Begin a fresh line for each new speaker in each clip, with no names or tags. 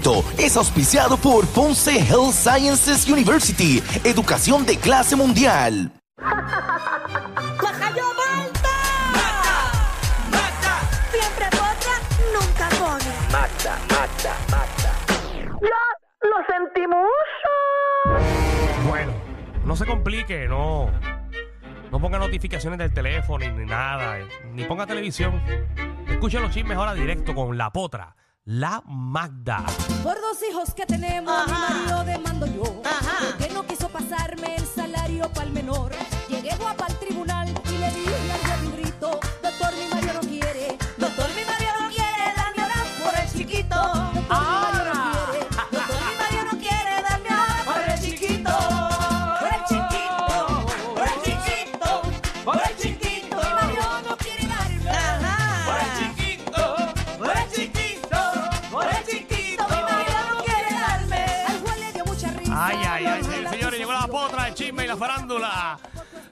Show es auspiciado por Ponce Health Sciences University, educación de clase mundial.
¡Majayo Malta! Siempre potra, nunca pone.
¡Ya lo sentimos!
Bueno, no se complique, no. No ponga notificaciones del teléfono ni nada, eh, ni ponga televisión. Escucha los chismes ahora directo con la potra, la Magda.
Por dos hijos que tenemos, a mi marido demando yo. Porque no quiso pasarme el salario pa'l menor. Llegué guapa al tribunal y le di al juez un grito. Doctor, mi marido no quiere. Doctor, mi marido no quiere darme ahora por el chiquito. Doctor, mi marido no quiere darme ahora por el chiquito. Por el chiquito. Por el chiquito. Por el chiquito. Mi marido no quiere darme.
Ah.
Por el chiquito. Mi marido no quiere darme. Al juez le dio mucha risa.
Ay, ay, ay,
Lo
sí,
relajó.
señores, llegó la potra, el chisme y la farándula.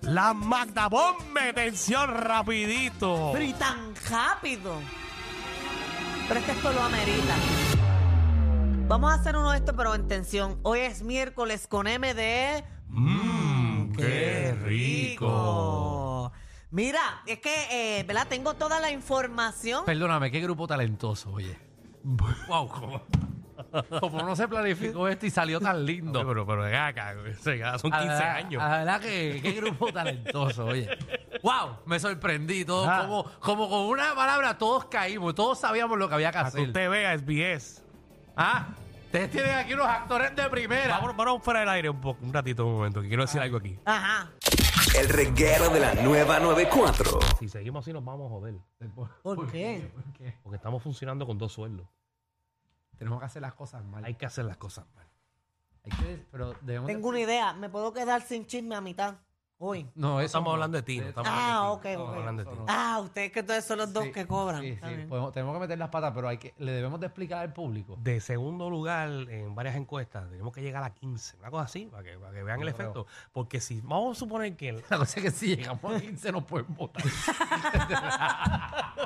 La Magda, ponme tensión rapidito.
Pero y tan rápido. Pero es que esto lo amerita. Vamos a hacer uno de estos, pero en tensión. Hoy es miércoles con M de...
Mmm, qué rico.
Mira, es que, eh, ¿verdad? Tengo toda la información.
Perdóname, qué grupo talentoso, oye. wow, como, como no se planificó esto y salió tan
No,
lindo.
pero, pero ven acá, se- son 15
A la-
años.
a La verdad que qué grupo talentoso, oye. Wow, me sorprendí todo.
Ah.
Como, como con una palabra todos caímos, todos sabíamos lo que había que
Para que
hacer.
usted vea SBS.
Ah, ustedes tienen aquí unos actores de primera.
Vamos, vamos fuera del aire un, poco, un ratito, un momento, que quiero
Ah.
decir algo aquí.
Ajá.
El reguero de la nueva 94.
Si seguimos así nos vamos a joder.
¿Por qué?
Porque estamos funcionando con dos sueldos.
Tenemos que hacer las cosas mal.
Hay que hacer las cosas mal.
Hay que- pero debemos de-
Tengo una idea. Me puedo quedar sin chisme a mitad hoy.
No, eso
estamos
no.
hablando de ti, no estamos
Ah,
hablando de ti.
ok,
Estamos
ok.
hablando de ti.
Eso no.
Ah, ustedes que todos son los dos
Sí,
que cobran.
sí,
Está
sí.
bien.
pues.
Podemos- tenemos que meter las patas, pero hay que, le debemos de explicar al público.
De segundo lugar, en varias encuestas, tenemos que llegar a 15. Una cosa así, para que, para que vean el
No creo.
efecto. Porque si vamos a suponer que el-
La cosa es que si llegamos a 15 nos pueden votar.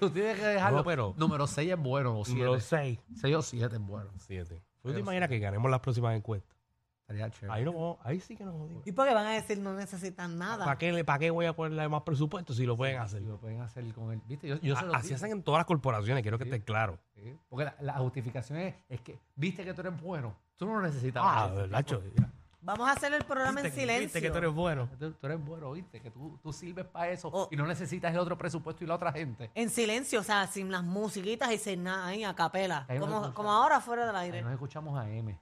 Tú tienes que dejarlo.
No, pero-
número 6 es bueno o 7.
número 6,
6 o 7 es bueno.
7. ¿Tú te
Pero
imaginas que ganemos las próximas encuestas?
Estaría chévere.
Ahí, no, vamos- ahí sí que nos jodimos.
¿Y por qué van a decir no necesitan
¿Para
nada?
qué, le- ¿Para qué voy a ponerle más presupuesto si lo pueden hacer?
Y Lo pueden hacer con el. ¿Viste? Yo, yo se
A-
lo
así
dije.
hacen en todas las corporaciones, quiero que
Sí.
esté claro.
Sí, Porque la, la justificación es, es que, ¿viste que tú eres bueno? Tú no necesitas.
Ah,
ese tipo-
Nacho,
Vamos a hacer el programa en
viste que-
silencio.
viste que tú eres bueno.
Tú, tú eres bueno, ¿viste? Que tú, tú sirves para eso
Oh.
y no necesitas el otro presupuesto y la otra gente.
En silencio, o sea, sin las musiquitas y sin nada, ahí a capela.
Ahí no
Como,
escucha.
como ahora fuera del
Ahí
aire.
nos escuchamos a M.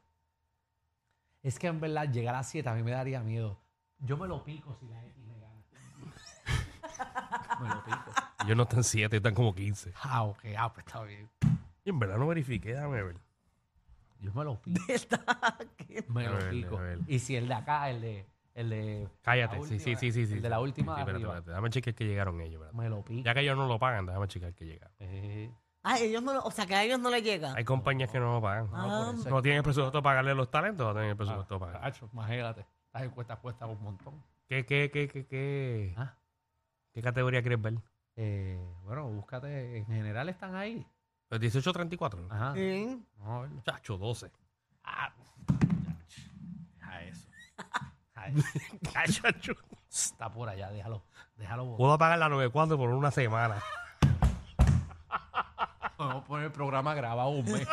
Es que en verdad llegar a 7 a mí me daría miedo. Yo me lo pico si la X me gana. me lo pico.
Ellos no están 7, están como 15.
Ah, ok, ah, pues está bien.
Y en verdad no verifiqué, déjame ver.
Yo me lo pico. Me
A
lo
ver,
pico.
a ver.
Y si el de acá, el de. El de
Cállate,
la
sí, sí,
última,
sí, sí, sí.
El de la
sí.
última.
Sí, espérate,
arriba,
espérate. Déjame chequear que llegaron ellos, espérate.
Me lo pico.
Ya que ellos no lo pagan, déjame chequear que llegaron.
Eh,
Ah, ellos no, lo- o sea, que a ellos no les llega.
Hay compañías que no lo pagan.
Ah, por eso
no tienen el presupuesto para pagarle los talentos, no tienen el presupuesto para pagar.
Tacho, ah, imagínate. Las encuestas cuestan un montón.
¿Qué, qué, qué, qué, qué,
Ah.
qué categoría quieres ver?
Eh, bueno, búscate. En general están ahí.
Los 18 a 34. ¿no?
Ajá.
Sí.
Vamos a verlo.
Chacho, 12.
A eso.
Chacho.
Está por allá, déjalo. Déjalo botar.
Puedo pagar la 94 por una semana.
Vamos a poner el programa grabado un mes.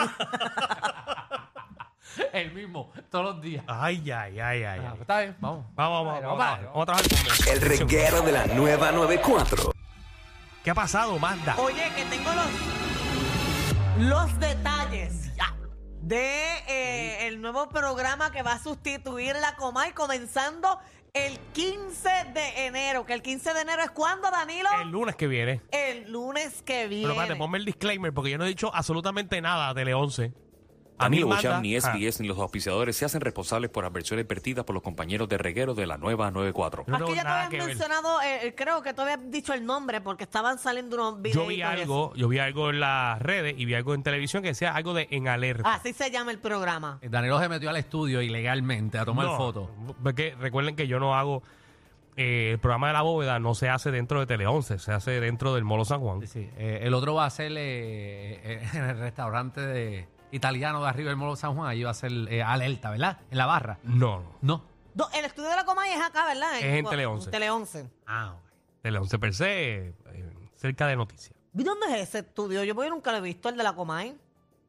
el mismo, todos los días.
Ay, ay, ay, ay.
Ah,
ay.
pues Está bien, vamos.
Vamos, vamos, vamos, a trabajar, vamos a trabajar.
El reguero de la nueva 94.
¿Qué ha pasado, Magda?
Oye, que tengo los, los detalles de eh, el nuevo programa que va a sustituir la Comay comenzando el 15 de enero. Que el 15 de enero es cuando, Danilo?
El lunes que viene.
El, lunes que viene. Ah,
Pero espérate, ponme el disclaimer porque yo no he dicho absolutamente nada de Tele ah, 11. A mí
Danilo
Magda-
Bocham, ni SBS, ni los auspiciadores se hacen responsables por adversiones vertidas por los compañeros de reguero de la nueva 94.
Ah, no
Aquí
tengo
ya te
nada
habían
que ver.
mencionado, eh, eh, creo que tú habías dicho el nombre porque estaban saliendo unos videos.
Yo vi algo, yo vi algo en las redes y vi algo en televisión que decía algo de en alerta.
Así se llama el programa.
Eh, Danilo se metió al estudio ilegalmente a tomar
No,
fotos.
Porque recuerden que yo no hago eh, el programa de la bóveda no se hace dentro de Tele 11, se hace dentro del Molo San Juan.
Sí, sí. Eh, el otro va a ser eh, eh, en el restaurante de italiano de arriba del Molo San Juan, allí va a ser eh, alerta, ¿verdad? En la barra.
No, no.
No.
Do- el estudio de la Comay es acá, ¿verdad?
Es en Tele 11.
Tele 11.
Ah, ok.
Tele 11 per se, eh, cerca de noticias.
¿Y ¿Dónde es ese estudio? Yo porque yo nunca lo he visto, el de la Comay.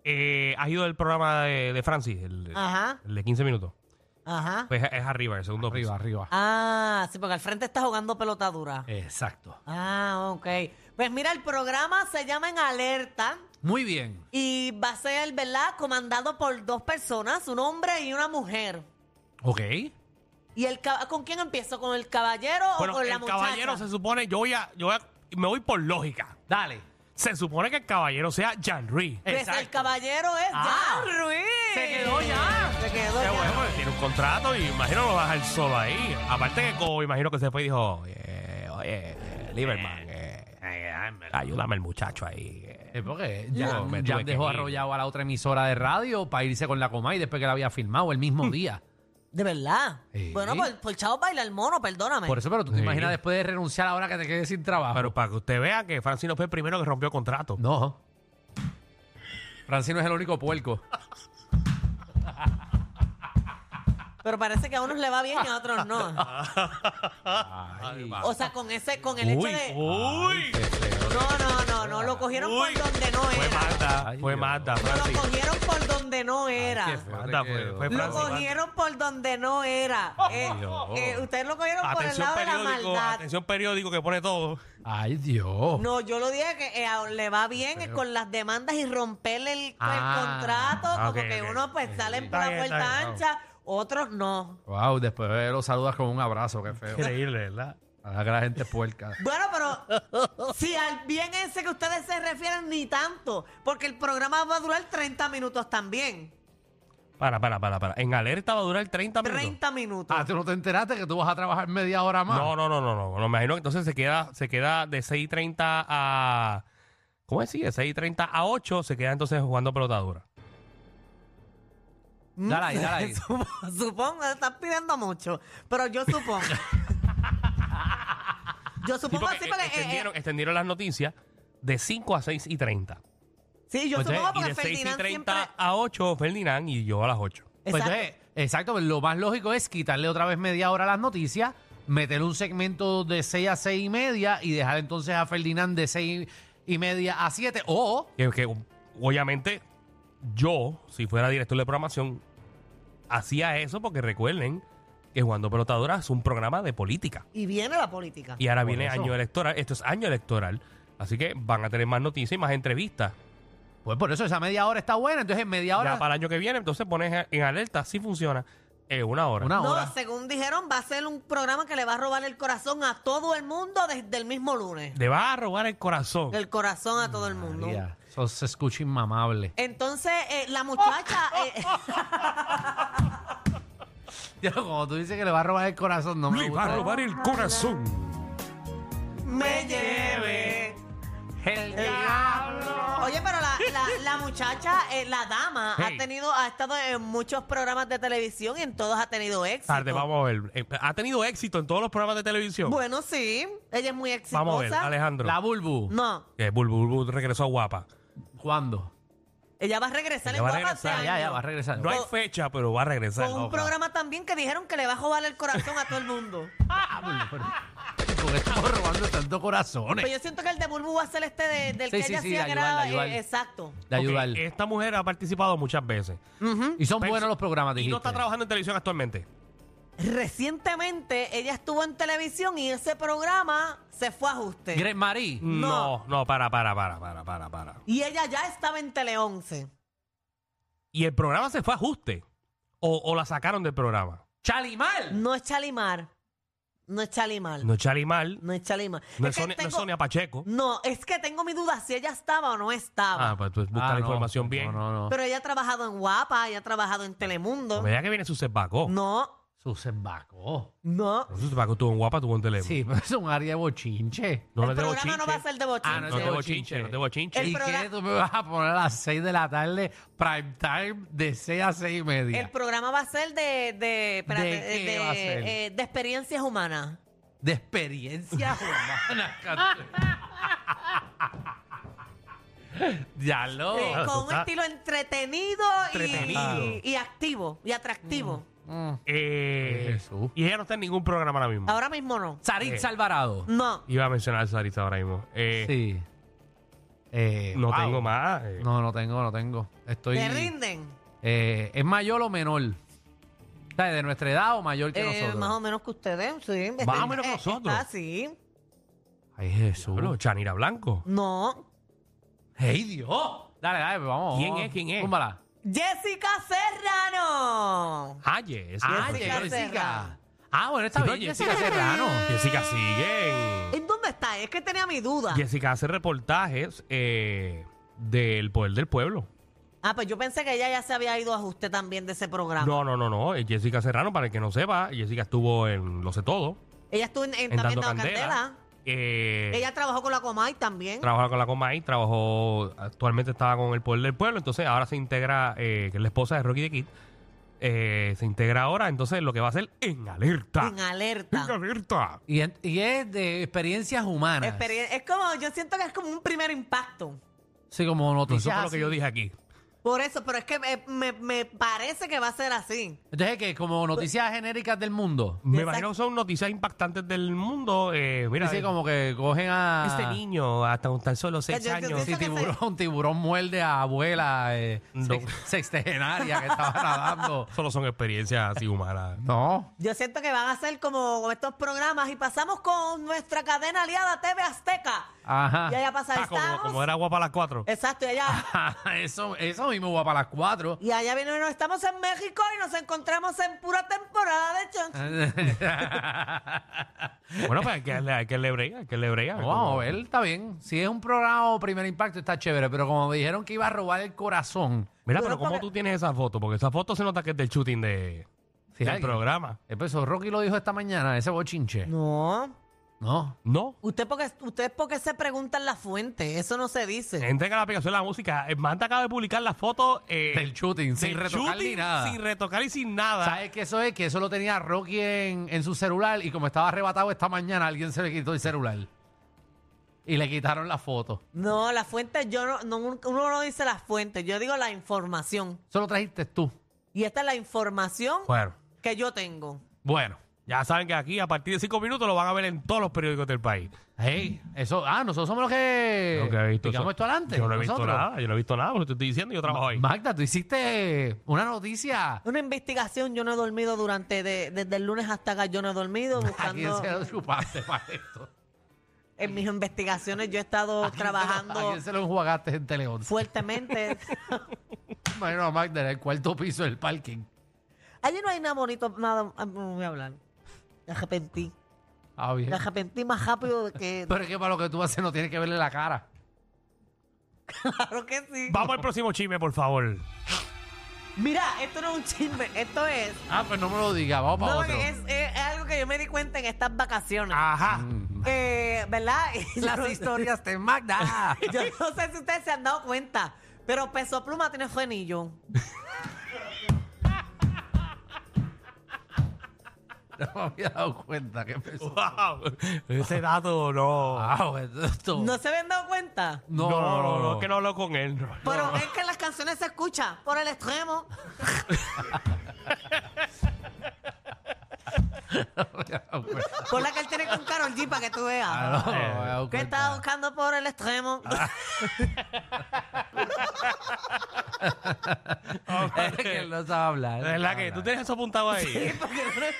Eh, ¿Has ido del programa de, de Francis? El,
Ajá,
el de 15 minutos.
ajá.
Pues es es arriba, el segundo
Arriba,
piso.
arriba.
Ah, sí, porque al frente está jugando pelota dura.
Exacto.
Ah, ok. Pues mira, el programa se llama En Alerta
Muy bien.
y va a ser, ¿verdad? Comandado por dos personas, un hombre y una mujer.
Ok.
¿Y el cab- con quién empiezo? ¿Con el caballero o
Bueno,
con
el
la muchacha?
caballero se supone, yo voy a, yo voy a- me voy por lógica.
Dale.
Se supone que el caballero sea Jan Rhee.
Pues el
Exacto.
caballero es
Ah,
Jan Ruiz.
se quedó ya.
Se quedó
Qué
ya.
bueno, porque tiene un contrato y imagino lo va a dejar solo ahí. Aparte que Cobo, imagino que se fue y dijo, oye, oye, eh, Lieberman, eh, eh, dámela, ayúdame el muchacho ahí. eh".
Es porque
Yo
ya,
me
ya
tuve que
dejó
ir.
arrollado a la otra emisora de radio para irse con la coma y después que la había filmado el
Mm.
mismo día.
De verdad.
Sí.
Bueno, por, por chavo baila el mono, perdóname.
Por eso, pero tú te
Sí.
imaginas después de renunciar ahora que te quedes sin trabajo.
Pero para que usted vea que Francino fue el primero que rompió contrato.
No. Francino es el único puerco.
Pero parece que a unos le va bien y a otros no. o sea, con ese, con el
uy,
hecho de.
uy.
No, no, no, no. Lo cogieron
Uy.
por donde no
Fue
era.
Marta,
Ay,
fue
Dios.
Marta,
Lo
Francis.
cogieron por donde no era.
feo.
Marta, fue, fue
Lo
Lo
Francis. Oh,
cogieron por donde no era. Eh,
Dios.
eh, ustedes lo cogieron por el
Atención
lado de la
periódico,
maldad.
atención periódico que pone todo.
Ay, Dios.
No, yo lo dije que eh, a- le va bien eh, con las demandas y romperle el, el
Ah,
contrato,
ah, ok,
como que
ok.
unos pues salen por
Está
la
bien,
puerta
está bien,
ancha, otros no.
Wow, después lo saludas con un abrazo, qué feo.
Increíble, ¿verdad?
Ahora que la gente es puerca.
Bueno, pero si al bien ese que ustedes se refieren, ni tanto, porque el programa va a durar 30 minutos también.
Para, para, para, para. En alerta va a durar 30 minutos.
30 minutos.
Ah, tú no te enteraste que tú vas a trabajar media hora más.
No, no, no, no, no. Me imagino que entonces se queda, se queda de 6.30 a. ¿Cómo es? Sí, de 6.30 a 8 se queda entonces jugando pelotadura.
Dale ahí, dale ahí.
Sup- Supongo, estás pidiendo mucho, pero yo supongo. yo supongo así porque... eh, eh,
extendieron, extendieron las noticias de 5 a 6 y 30.
eh, sí, yo
Entonces,
supongo
y
porque
de 6 y
Ferdinand
30
siempre...
a 8, Ferdinand y yo a las 8.
Pues
Exacto.
entonces, exacto, pues lo más lógico es quitarle otra vez media hora a las noticias, meterle un segmento de 6 a 6 y media y dejar entonces a Ferdinand de 6 y media a 7. O,
Que, que, obviamente, yo, si fuera director de programación, hacía eso porque recuerden que Jugando Pelotadura es un programa de política.
Y viene la política.
Y ahora
Por
viene
eso.
año electoral. Esto es año electoral. Así que van a tener más noticias y más entrevistas.
pues por eso esa media hora está buena, entonces en media
Ahora,
hora...
ya para el año que viene, entonces pones en alerta si funciona. eh, una hora.
Una hora.
No, según dijeron, va a ser un programa que le va a robar el corazón a todo el mundo desde el mismo lunes.
Le vas a robar el corazón.
El corazón a todo el mundo.
María, Eso se escucha inmamable.
Entonces, eh, la muchacha. eh,
Ya, Como tú dices que le va a robar el corazón, no me
Le va
gusta.
a robar el corazón.
me lleve.
El diablo.
Oye, pero la, la- la muchacha, eh, la dama,
Hey.
ha tenido, ha estado en muchos programas de televisión y en todos ha tenido éxito.
Tarde, vamos a ver. Eh, Ha tenido éxito en todos los programas de televisión.
Bueno, sí, ella es muy exitosa.
vamos a ver, Alejandro.
La Bulbu.
No,
Eh, Bulbu, Bulbu regresó a Guapa.
¿Cuándo?
ella va a regresar
Ella
en
va a
Guapa
regresar.
este
Ya, ya,
año.
va a regresar.
No hay fecha, pero va a regresar.
Con un
Ojalá.
programa también que dijeron que le va a robar el corazón a todo el mundo.
Porque estamos robando tantos
Pero
corazones.
Pues yo siento que el de Bulbu va a ser este de- del
Sí,
que
sí,
ella
sí,
hacía
de
que era-
ayudarla, ayudarla.
eh, exacto.
De
Ok,
ayudar.
Esta mujer ha participado muchas veces.
Y son
Pero-
buenos los programas,
Y
dijiste.
no está trabajando en televisión actualmente.
Recientemente ella estuvo en televisión y ese programa se fue a ajuste.
Gret Marie.
No, no, para, para, para, para, para, para.
y ella ya estaba en Tele 11.
Y el programa se fue a ajuste. O, o la sacaron del programa.
Chalimal.
No es Chalimar. No es Chalimar. No,
No Chalimal,
es Chalimar.
no
Es
es,
que
Sonia, no es
tengo-
Sonia Pacheco.
No, es que tengo mi duda si ella estaba o no estaba.
Ah, pues tú busca
Ah,
la
no.
información bien.
No, no, no.
Pero ella ha trabajado en Guapa, ella ha trabajado en Telemundo.
Vea que viene su Sebacó.
No,
Su sembacó.
no.
Su Sebacó tuvo en Guapa, tuvo en teléfono.
Sí, pero es un área de bochinche.
No
el
le debo
programa no va a
chinche.
ser de bochinche.
Ah, no,
No
de
te debo
bochinche.
chinche, no te debo chinche.
El
¿Y
progra-
qué tú me vas a poner a las 6 de la tarde, prime time, de 6 a 6 y media?
El programa va a ser de, de, espérate,
¿De qué va a ser?
eh, de experiencias humanas. ah,
De experiencia humana. Ya lo.
Eh,
eso
con un
está-
estilo entretenido, y-
Entretenido.
Y, y activo y atractivo.
Mm.
Eh,
Jesús.
y ella no está en ningún programa ahora mismo.
Ahora mismo no.
Saritza Alvarado.
No.
Iba a mencionar a Sarita ahora mismo. Eh,
Sí. Eh,
No
wow.
tengo más. eh.
No, no tengo, no tengo. Estoy.
¿Te rinden?
Eh, ¿Es mayor o menor? O sea, ¿De nuestra edad o mayor que
Eh,
nosotros?
más o menos que ustedes, sí.
Más o menos que
Eh,
nosotros.
está así.
Ay, Jesús.
Diablo, Chanira Blanco.
No.
¡Ey, Dios! Dale, dale, pues vamos.
¿Quién
vamos.
es? ¿Quién es?
Túmbala.
Jessica Serrano.
Aye.
Ah,
Jessica
llegó Jessica.
Serrano.
Ah, bueno, está
Sí, pero
bien, Jessica Serrano.
Jessica sigue. en-
¿En dónde está? Es que tenía mi duda.
Jessica hace reportajes eh, del Poder del Pueblo.
Ah, pues yo pensé que ella ya se había ido a usted también de ese programa.
No, no, no, no. eh, Jessica Serrano, para el que no sepa, Jessica estuvo en Lo sé todo,
Ella estuvo en, en-
en
también
Dando
en Candela.
Candela. Eh,
Ella trabajó con la Comay también.
trabajaba con la Comay, trabajó, actualmente estaba con el Poder del Pueblo, entonces ahora se integra, eh, que es la esposa de Rocky the Kid, eh, se integra ahora, entonces lo que va a hacer en alerta.
en alerta.
En alerta.
Y, en- y es de experiencias humanas.
Experien- Es como, yo siento que es como un primer impacto.
sí, como
Eso
noticias.
fue lo que
así.
yo dije aquí.
Por eso, pero es que eh, me, me parece que va a ser así.
Entonces, que como noticias genéricas del mundo.
Me
Exacto.
imagino que son noticias impactantes del mundo. eh, mira,
Dice como ah. que cogen a.
este niño hasta un tan solo seis
Yo- yo- yo
años.
Sí,
Eso que
tiburón, tiburón muerde a abuela eh,
No.
sex- sextagenaria que estaba nadando.
Solo son experiencias así humanas.
No.
Yo siento que van a ser como estos programas y pasamos con nuestra cadena aliada TV Azteca.
Ajá.
Y allá pasa,
Ah, como,
estamos...
como era Ah. guapa a las cuatro.
Eh.
Exacto, y allá...
eso, eso mismo va para las cuatro.
Y allá viene, no, estamos en México y nos encontramos en pura temporada de Chon.
Ah. Bueno, pues hay que, hay que le brega, hay que le brega.
No, vamos a ver, está bien. Si es un programa o primer impacto, está chévere. Pero como me dijeron que iba a robar el corazón.
Mira, pero ¿cómo tú tienes esa foto? Porque esa foto se nota que es del shooting de,
Sí,
del
alguien.
programa.
Eh, pues, eso Rocky lo dijo esta mañana, ese bochinche. No.
No.
No.
Usted porque, ustedes porque se preguntan la fuente, eso no se dice.
Entrega la aplicación de la música. Eh, Manta acaba de publicar la foto eh,
Del shooting, sin
del
retocar ni
shooting,
nada.
Sin retocar y sin nada.
¿Sabes qué eso es? Que eso lo tenía Rocky en, en su celular y como estaba arrebatado esta mañana, alguien se le quitó el celular. Y le quitaron la foto.
No, la fuente, yo no, no- uno no dice la fuente, yo digo la información.
Eso lo trajiste tú.
Y esta es la información
Bueno,
que yo tengo.
bueno. Ya saben que aquí a partir de cinco minutos lo van a ver en todos los periódicos del país.
Hey, eso, ah, nosotros somos los que
Nunca he visto
picamos
eso.
Eh, esto adelante.
Yo no he visto
nosotros.
nada, yo no he visto nada, porque te estoy diciendo, yo trabajo ahí.
Magda, tú hiciste una noticia.
Una investigación, yo no he dormido durante, de- desde el lunes hasta acá, yo no he dormido
¿A quién
buscando.
se lo chupaste para esto?
En mis investigaciones yo he estado
¿A
trabajando
quién se lo enjuagaste en Teleón?
fuertemente.
Imagino a Magda en el cuarto piso del parking.
Allí no hay nada bonito, nada, ah, no voy a hablar. Me arrepentí.
Ah, bien.
Me arrepentí más rápido de que...
Pero es que para lo que tú haces no tienes que verle la cara.
Claro que sí.
Vamos al próximo chisme, por favor.
Mira, esto no es un chisme, esto es...
Ah, pues no me lo digas, vamos para
No,
otro.
porque es, es algo que yo me di cuenta en estas vacaciones.
Ajá.
Eh, ¿Verdad? Y yo no-
historias de Magda.
Yo no sé si ustedes se han dado cuenta, pero Peso Pluma tiene frenillo.
no me había dado cuenta que empezó.
Wow. Ese dato no.
Ah, bueno, esto.
¿No se habían dado cuenta?
No, no, no, no, que no hablo con él. no.
Pero es que en las canciones se escucha por el extremo.
me había dado cuenta.
Por la que él tiene con Carol G para que tú veas.
Ah, no, me había dado
que
cuenta.
estaba buscando por el extremo.
Es que él no sabe hablar.
Es verdad que tú tienes eso apuntado ahí.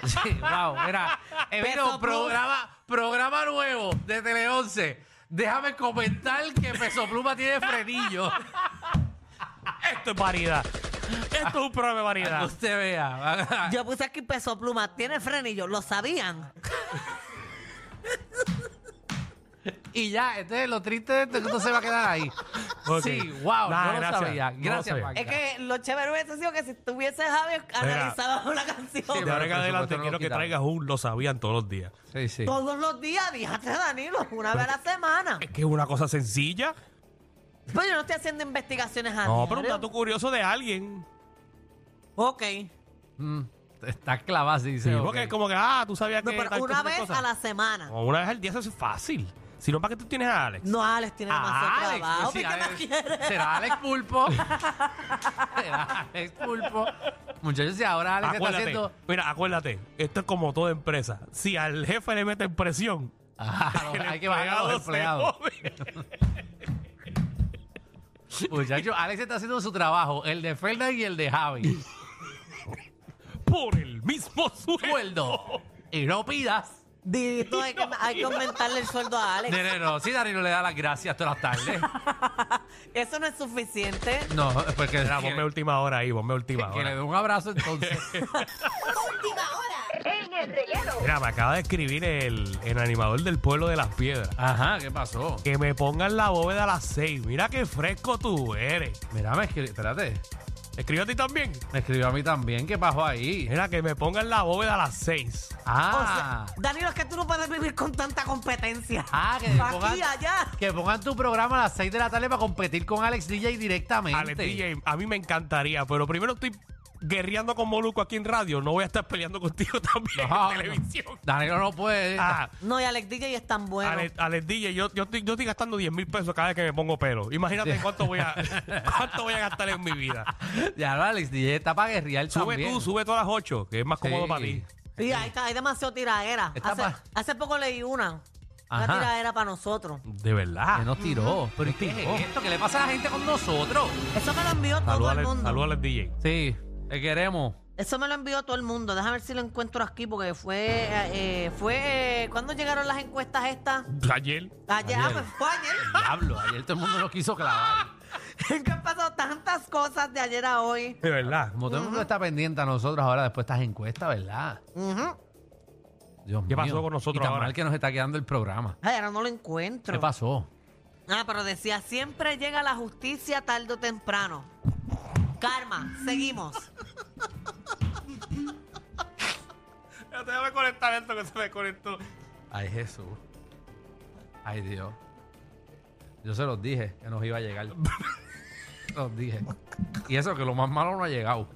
Sí, wow, mira, eh,
Peso
mira,
Pluma.
programa, programa nuevo de Tele 11. Déjame comentar que Peso Pluma tiene frenillo.
Esto es variedad. Esto es un programa de
Para que
variedad.
usted vea.
Yo puse aquí Peso Pluma, tiene frenillo, lo sabían.
Y ya, entonces lo triste de esto es que esto se va a quedar ahí.
Ok.
Sí, wow,
Nah,
no lo
gracias.
sabía.
No lo
Gracias,
sabía.
Magda.
Es que lo chévere hubiese sido que si estuviese Javier analizábamos la canción.
Sí,
De ahora en
Pero el
adelante
presupuesto no
quiero
lo
que
quitaron.
traigas un lo sabían todos los días.
Sí, sí.
Todos los días, díjate Danilo, una vez a la semana.
Es que es una cosa sencilla.
Pero yo no estoy haciendo investigaciones a
No, pero un
diario.
dato curioso de alguien.
Ok.
Mm, está clavada, sí,
Sí,
dice, ok.
porque es como que, ah, tú sabías
No,
que.
pero
tal
una
cosa, tal
vez
cosa.
a la semana.
O una vez al día eso es fácil. Si no, ¿para qué tú tienes a Alex?
No, Alex tiene
Ah,
demasiado
Alex,
trabajo.
pues sí,
¿Qué más
Alex-
quieres?
será Alex Pulpo. será Alex Pulpo. Muchachos, si ahora Alex
acuérdate,
está haciendo.
mira, acuérdate, esto es como toda empresa. Si al jefe le meten presión,
Ah,
el
hay que bajar a los
empleado
empleados.
se jode.
Muchachos, Alex está haciendo su trabajo, el de Fernández y el de Javi.
por el mismo sueldo.
Sueldo. Y no pidas.
Didito, hay que, hay que aumentarle el sueldo a Alex.
No, no, no. Si Danilo le da las gracias todas las tardes.
Eso no es suficiente.
No, porque
Mira, ponme última hora ahí, ponme última
que le
hora.
dé un abrazo entonces.
En el reguero.
Mira, me acaba de escribir el, el animador del pueblo de las piedras.
Ajá, ¿qué pasó?
Que me pongan la bóveda a las seis. Mira qué fresco tú eres.
Mira, me escribió, espérate,
Escribe a ti también.
me escribió a mí también, ¿qué pasó ahí?
Mira, que me pongan la bóveda a las seis.
Ah,
Danilo, es que tú no puedes vivir con tanta competencia.
ah que,
Aquí, allá.
que pongan tu programa a las 6 de la tarde para competir con Alex DJ directamente.
Alex DJ, a mí me encantaría, pero primero estoy guerreando con Moluco aquí en radio. No voy a estar peleando contigo también
No,
en televisión.
Danilo Ah, no puede.
Ah,
No, y Alex DJ es tan bueno.
Alex, Alex DJ, yo, yo, estoy, yo estoy gastando 10 mil pesos cada vez que me pongo pelo. Imagínate cuánto voy a cuánto voy a gastar en mi vida.
Ya lo Alex DJ está para guerrear
Sube
también.
tú, sube todas las 8, que es más cómodo
Sí.
para ti.
Sí, ahí está, hay demasiado tiradera.
Está
Hace,
pa-
hace poco leí una.
Ajá.
Una tiradera para nosotros.
De verdad.
Que nos
Ah.
tiró. ¿Pero ¿y qué
tiró.
es esto? ¿Qué le pasa a la gente con nosotros?
Eso me lo envió todo
Saluda
el
al,
mundo.
saluda al DJ.
Sí, te queremos.
Eso me lo envió todo el mundo. Déjame ver si lo encuentro aquí porque fue. eh, fue eh, ¿Cuándo llegaron las encuestas estas?
Ayer.
Ayer, ah, pues fue ayer.
Diablo, ayer todo el mundo lo quiso clavar.
Es que han pasado tantas cosas de ayer a hoy.
De verdad.
Como todo el mundo está pendiente a nosotros ahora después de estas encuestas, ¿verdad?
Ujú.
Dios
¿Qué
mío.
pasó con nosotros
y tan
ahora?
mal que nos está quedando el programa.
Ay, ahora no lo encuentro.
¿Qué pasó?
Ah, pero decía, siempre llega la justicia tarde o temprano. Karma, seguimos.
Déjame conectar esto que se me conectó.
Ay, Jesús. Ay, Dios. Yo se los dije que nos iba a llegar. Se los dije. Y eso que lo más malo no ha llegado.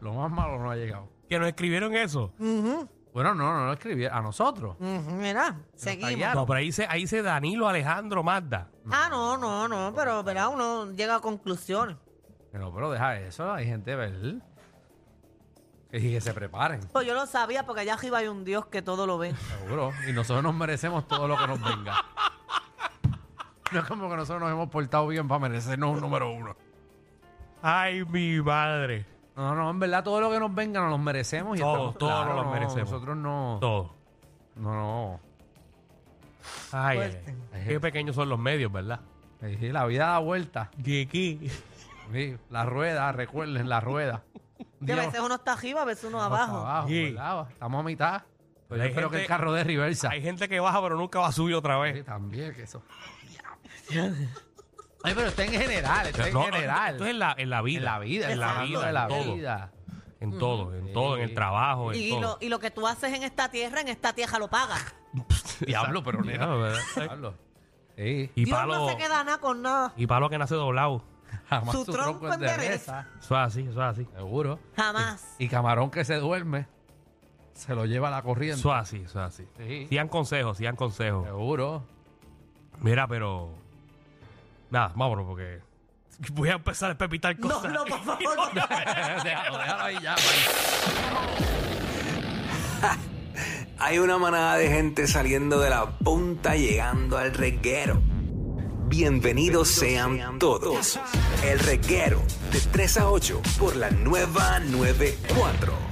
Lo más malo no ha llegado.
Que nos escribieron eso.
Bueno, no, no lo escribí a nosotros.
Ujú, Mira, seguimos.
No, pero ahí dice, ahí dice Danilo Alejandro Mazda.
Ah, no, no, no, pero ¿verdad? uno llega a conclusiones.
Pero, pero deja eso, hay gente, ¿verdad? Y que se preparen,
Pues yo lo sabía porque allá arriba hay un Dios que todo lo ve.
seguro. Y nosotros nos merecemos todo lo que nos venga. No es como que nosotros nos hemos portado bien para merecernos un número uno.
Ay, mi madre.
No, no, en verdad todo lo que nos venga nos lo merecemos. Y
Todo,
estamos-
todo
claro,
nos lo
no,
merecemos.
Nosotros no.
Todo.
No, no.
Ay,
Fuerte.
ay. qué pequeños son los medios, ¿verdad?
Eh, sí, La vida da vuelta.
Kiki.
Sí, la rueda, recuerden, la rueda.
Que a
Dios,
veces uno está arriba, a veces uno
vamos para
abajo.
abajo,
Sí.
¿verdad? Estamos a mitad. Pero
Pero
yo
hay
espero que
gente-
el carro de reversa.
Hay gente que baja pero nunca va a subir otra
Sí,
vez.
también, que eso. Ay, pero está en general, está en
No,
general.
Esto es en la, en la vida.
en la vida, en la vida, en la
todo.
vida.
En todo, en todo, en el trabajo, en
Mm. Y,
todo.
lo, y lo que tú haces en esta tierra, en esta tierra lo pagas.
Diablo, pero nena.
Diablo, ¿verdad?
Diablo. Sí,
Y
Dios
palo,
no se queda nada con nada.
y palo que nace doblado.
jamás
Su
su, tronco,
tronco
endereza.
Eso es así, eso es así.
Seguro.
Jamás.
Y camarón que se duerme, se lo lleva la corriente.
Eso es así, eso es así.
Sí.
Sigan consejos, sigan consejos.
Seguro.
Mira, pero. Nada, vámonos porque. Voy a empezar a pepitar
No,
cosas.
no, por favor. no.
déjalo, déjalo ahí ya.
Hay una manada de gente saliendo de la punta llegando al reguero. Bienvenidos sean todos. El reguero de 3 a 8 por la nueva 94.